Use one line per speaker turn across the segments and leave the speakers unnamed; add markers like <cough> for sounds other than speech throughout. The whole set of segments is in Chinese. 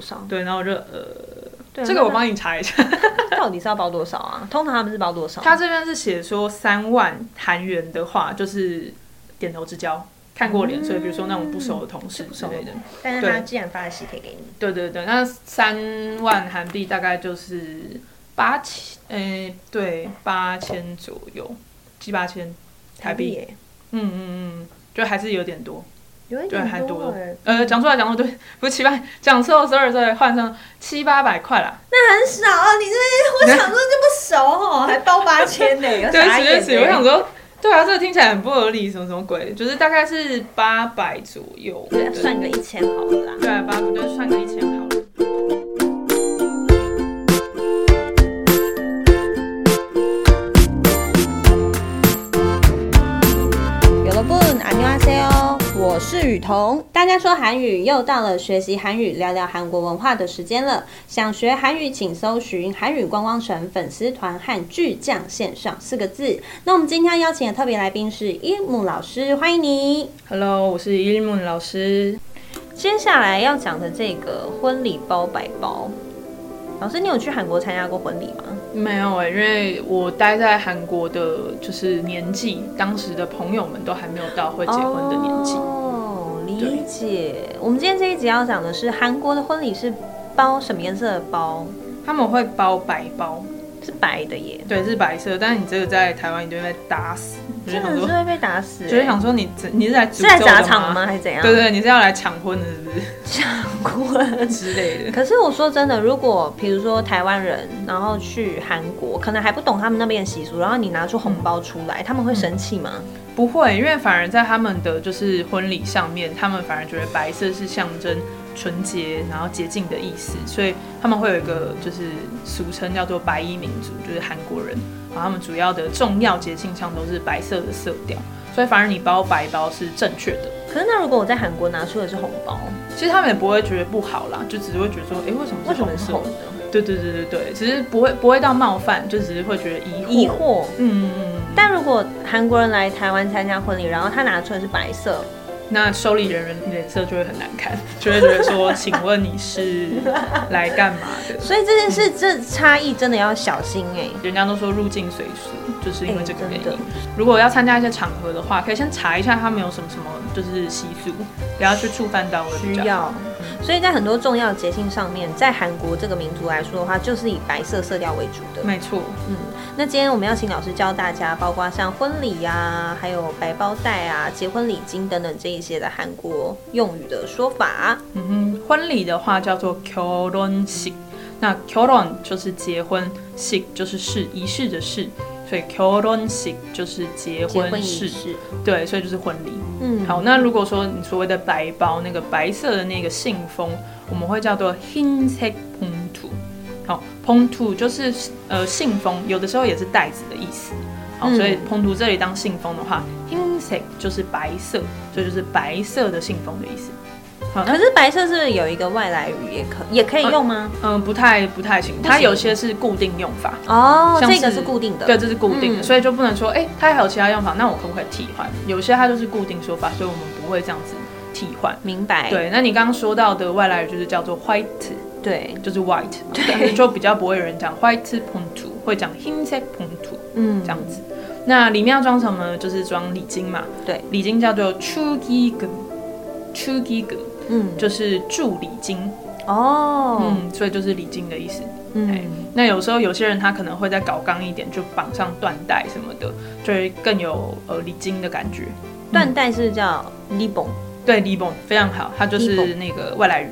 少？
对，然后我就呃，
对啊
这个我
那
帮你查一下，
那到底是要包多少啊？通常他们是包多少？
他这边是写说三万韩元的话，就是点头之交，看过脸，所以比如说那种嗯不熟的同事之类的，
但是他
对
既然发了喜帖给你，
对对对，那三万韩币大概就是八千，诶，对，八千左右，七八千台币，
耶，
嗯嗯嗯，就还是有点多。
有一
对，还
点
多
哎。
呃，讲出来讲错，对，不是七百，讲错十二岁，换成七八百块啦。
很少啊！你这我想说这么熟哦，还包八千
<laughs>
呢，有
对，
傻
十
眼
月十，
欸
我想
呢。
说，对啊，这个听起来很不合理，什么什么鬼？就是大概是八百左右，
对啊算个一千好了啦。
对啊，八对，算个一千好了。
有了不，안녕하세요，我是雨桐。
大家说韩语，又到了学习韩语、聊聊韩国文化的时间了。想学韩语，请搜寻“韩语观光城”粉丝团和“巨匠线上”四个字。那我们今天邀请的特别来宾是伊木老师，欢迎你。
Hello，我是伊木老师。
接下来要讲的这个婚礼包百包，老师，你有去韩国参加过婚礼吗？
没有哎、因为我待在韩国的，就是年纪，当时的朋友们都还没有到会结婚的年纪。
哦，理解。我们今天这一集要讲的是韩国的婚礼是包什么颜色的包？
他们会包白包，
是白的耶，
对，是白色，但是你这个在台湾，你就会被打死。就是
真
想
的
说
是会被打死、欸。
就是想说你这你是来诅
是在
咒
砸
的
场吗？？还是怎样？
对对，你是要来抢婚的，是不是
滚
之类的？
<laughs> 可是我说真的，如果比如说台湾人，然后去韩国，可能还不懂他们那边的习俗，然后你拿出红包出
嗯
来，他们会生气吗？
不会，因为反而在他们的就是婚礼上面，他们反而觉得白色是象征纯洁，然后洁净的意思，所以他们会有一个就是俗称叫做白衣民族，就是韩国人，然后他们主要的重要节庆上都是白色的色调，所以反而你包白包是正确的。
可是那如果我在韩国拿出的是红包，
其实他们也不会觉得不好啦，就只是会觉得说，哎、为什么
为什
是哦
么
红
是
色
红？的？
对对对对对，只是不会不会到冒犯，就只是会觉得疑惑。
疑惑。
嗯，嗯嗯
但如果韩国人来台湾参加婚礼，然后他拿出的是白色，
那收礼人员脸色就会很难看，就会觉得说，请问你是来干嘛的？
<laughs> 所以这件事这差异真的要小心哎、
人家都说入境随俗，就是因为这个原因。
哎真的
如果要参加一些场合的话，可以先查一下他们有什么什么就是习俗，不要去触犯到我比
需
较好。
要。所以在很多重要节庆上面，在韩国这个民族来说的话，就是以白色色调为主的。
没错，
嗯，那今天我们要请老师教大家，包括像婚礼呀、还有白包袋啊、结婚礼金等等这一些的韩国用语的说法。
嗯哼，婚礼的话叫做 k o r o n s i 那 k o r o n 就是结婚 s i 就是式仪式的式，所以 k o r o n s i 就是结
结婚
婚
仪
式，
式，
对，所以就是婚礼。
嗯，
好，那如果说你所谓的白包，那个白色的那个信封，我们会叫做 hinset p o n t u 好 p o n t u 就是呃信封，有的时候也是袋子的意思。好，
嗯
所以 p o n t u 这里当信封的话，hinset 就是白色，所以就是白色的信封的意思。好，那
可是白色是不是有一个外来语也可也可以用吗？
嗯、不太不太行，它有些是固定用法。
哦，
呃像
这个
是
是固定的。
对，这是固定的，
嗯
所以就不能说，哎、它还有其他用法，那我可不可以替换？有些它就是固定说法，所以我们不会这样子替换。
明白。
对，那你刚刚说到的外来语就是叫做 white，
对，
就是 white，但是就比较不会有人讲 white puntu，会讲 hinset puntu
嗯
这样子。那里面要装什么呢？就是装礼金嘛。
对，
礼金叫做 chugigum，chugigum
嗯，
就是助礼金，
哦，
嗯，所以就是礼金的意思。哎
嗯，
那有时候有些人他可能会再搞刚一点，就绑上缎带什么的，就会更有呃礼金的感觉。
缎带是叫 libon。
对 l i b o n 非常好，它就
Ribbon
是那个外来语。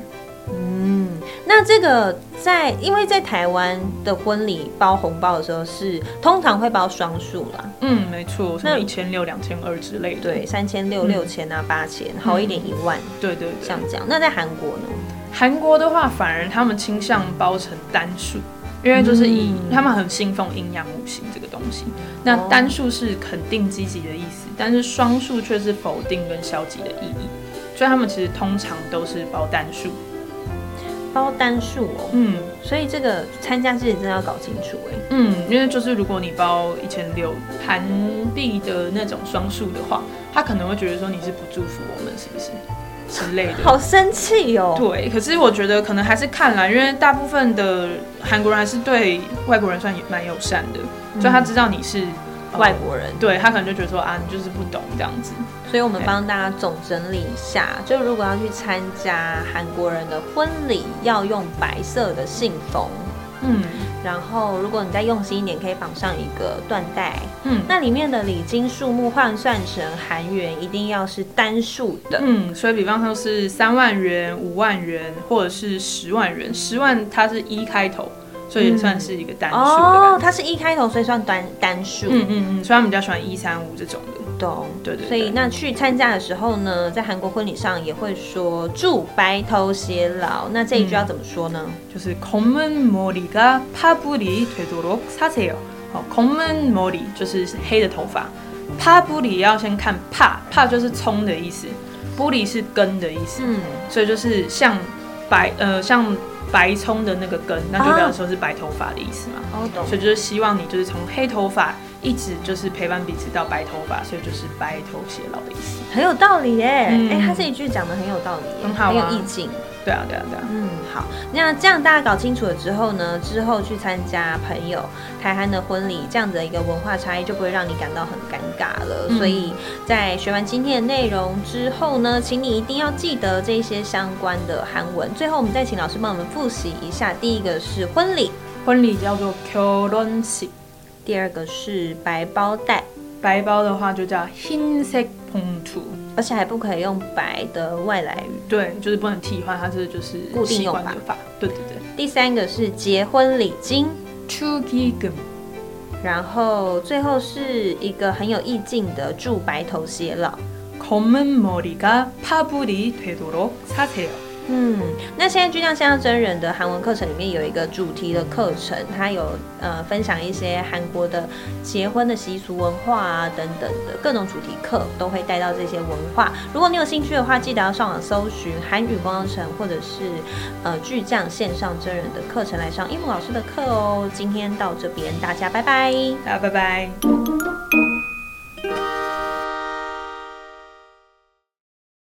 嗯，那这个在因为在台湾的婚礼包红包的时候是通常会包双数啦，
嗯，没错，什
那
么一千六、两千二之类的。
对，三千六、
嗯
六千啊、八千，好一点一万，
对对对
像。这样。那在韩国呢？
韩国的话，反而他们倾向包成单数，因为就是以、
嗯
他们很信奉阴阳五行这个东西。那
哦
单数是肯定积极的意思，但是双数却是否定跟消极的意义，所以他们其实通常都是包单数。
包单数哦，
嗯
所以这个参加之前真的要搞清楚哎、
嗯，因为就是如果你包一千六韩币的那种双数的话，他可能会觉得说你是不祝福我们，是不是？之类的。
好生气哦。
对，可是我觉得可能还是看啦，因为大部分的韩国人还是对外国人算也蛮友善的，所以他知道你是、呃
嗯外，国人，
对他可能就觉得说啊，你就是不懂这样子。
所以我
哎
们帮大家总整理一下，就如果要去参加韩国人的婚礼，要用白色的信封，
嗯
然后如果你再用心一点，可以绑上一个缎带，
嗯
那里面的礼金数目换算成韩元，一定要是单数的。
嗯，所以比方说是三万元、五万元，或者是十万元，十万它是一开头，所以也算是一个单数的
嗯哦
感，觉。
它是一开头，所以算单单数。
嗯嗯嗯，所以他们比较喜欢一三五这种
懂。
的。对对对
所以那去参加的时候呢，在韩国婚礼上也会说“祝白头偕老”，那这一句要怎么说呢？
就是검은머리가파뿌리되도록사세요。好，검은머리就是黑的头发，파뿌리要先看帕，帕就是葱的意思，뿌리是根的意思，
嗯，
所以就是像白呃像白葱的那个根，那就表示说是白头发的意思嘛。
哦懂。
所以就是希望你就是从黑头发一直就是陪伴彼此到白头发，所以就是白头偕老的意思。
很有道理耶！哎、
嗯
他这一句讲的很有道理耶，
很好啊
有意境。
对啊，对啊，对啊。
嗯，好，那这样大家搞清楚了之后呢，之后去参加朋友台韩的婚礼，这样的一个文化差异就不会让你感到很尴尬了。
嗯
所以在学完今天的内容之后呢，请你一定要记得这些相关的韩文。最后，我们再请老师帮我们复习一下，第一个是婚礼，
婚礼叫做 k o l o n s i
第二个是白包袋，
白包的话就叫 hinsek pongtu，
而且还不可以用白的外来语。
对，就是不能替换，它这就是
固定
习
用法
惯的法。对对对
第三个是结婚礼金。
，chugigum，
然后最后是一个很有意境的祝白头偕老。
검은 머리가 파불이 되도록 사세요。
嗯，那现在就像现在真人的韩文课程里面有一个主题的课程，它有呃分享一些韩国的结婚的习俗文化啊等等的各种主题课，都会带到这些文化。如果你有兴趣的话，记得要上网搜寻韩语光城或者是呃巨匠线上真人的课程来上一木老师的课哦。今天到这边，大家拜拜。
大家拜拜。